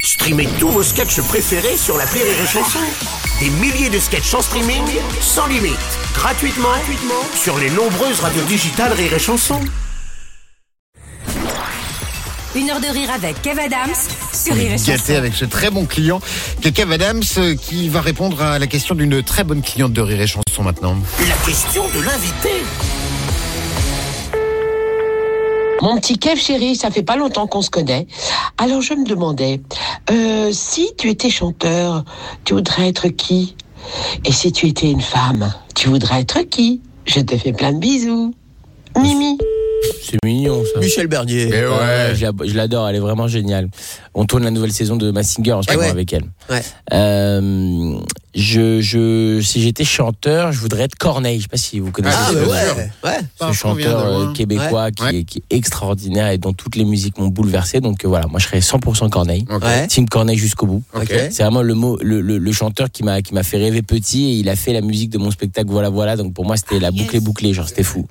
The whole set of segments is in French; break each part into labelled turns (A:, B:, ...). A: Streamez tous vos sketchs préférés sur la Rire et Chanson. Des milliers de sketchs en streaming, sans limite, gratuitement, gratuitement sur les nombreuses radios digitales Rire et Chanson.
B: Une heure de rire avec Kev Adams sur Rire et
C: gâté
B: Chanson.
C: avec ce très bon client, qui est Kev Adams, euh, qui va répondre à la question d'une très bonne cliente de Rire et Chanson maintenant.
A: La question de l'invité.
D: Mon petit Kev chéri, ça fait pas longtemps qu'on se connaît. Alors je me demandais, euh, si tu étais chanteur, tu voudrais être qui Et si tu étais une femme, tu voudrais être qui Je te fais plein de bisous. Mimi.
E: C'est mignon ça. Ah
F: Michel Bernier.
C: Eh ouais.
E: Ouais, je la- je l'adore, elle est vraiment géniale. On tourne la nouvelle saison de Massinger en ce
F: Eh
E: moment
F: ouais.
E: avec elle.
F: Ouais.
E: Euh, je, je, si j'étais chanteur, je voudrais être Corneille. Je sais pas si vous connaissez
C: Ah,
F: Ah,
E: ce,
C: bah
F: bah
C: ouais.
F: ouais. ouais.
E: ce
C: Pas un qu'on vient
E: chanteur
C: d'avoir.
E: euh, québécois Qui,
C: Ouais.
E: Est, qui est extraordinaire et dont toutes les musiques m'ont bouleversé. Donc euh, voilà, moi je serais 100% Corneille.
C: Ok.
F: Ouais.
E: Team Corneille jusqu'au bout.
C: Ok.
F: Ok.
E: C'est vraiment le mot, le, le- le chanteur qui m'a qui m'a fait rêver petit et il a fait la musique de mon spectacle voilà voilà donc pour moi c'était la boucle est bouclée genre c'était fou.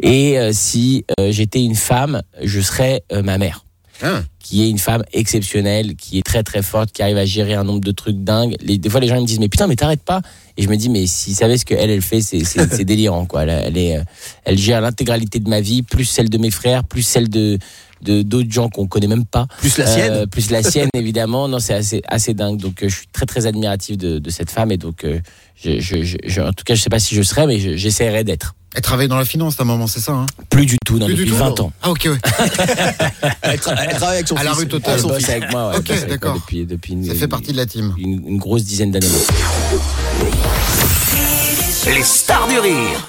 E: Et euh, si euh, j'étais une femme, je serais euh, ma mère
C: Ah,
E: qui est une femme exceptionnelle, qui est très très forte, qui arrive à gérer un nombre de trucs dingues. Les- des fois, les gens ils me disent mais putain mais t'arrêtes pas. Et je me dis mais s'ils savaient ce que elle elle fait, c'est- c'est c'est délirant quoi. Elle, elle est, euh, elle gère l'intégralité de ma vie, plus celle de mes frères, plus celle de de- d'autres gens qu'on connaît même pas. Euh,
F: Plus la sienne.
E: plus la sienne évidemment. Non c'est assez assez dingue. Donc euh, je suis très très admiratif de, de cette femme et donc euh, je, je- je- je- en tout cas je sais pas si je serai mais je- j'essaierai d'être.
C: Elle travaille dans la finance à un moment, c'est ça hein
E: Plus du tout non,
C: Plus du
E: depuis
C: tout.
E: 20 ans.
C: Ah ok, ouais.
F: Elle, tra- elle travaille avec son
C: À la
F: fils.
C: rue totale.
F: Ah,
E: Elle
F: son
E: bosse
F: fils.
E: avec moi. ouais,
C: Ok,
E: elle bosse avec moi
C: d'accord.
E: Depuis depuis
C: ça fait partie de la team.
E: une, une grosse dizaine d'années.
A: Les stars du rire.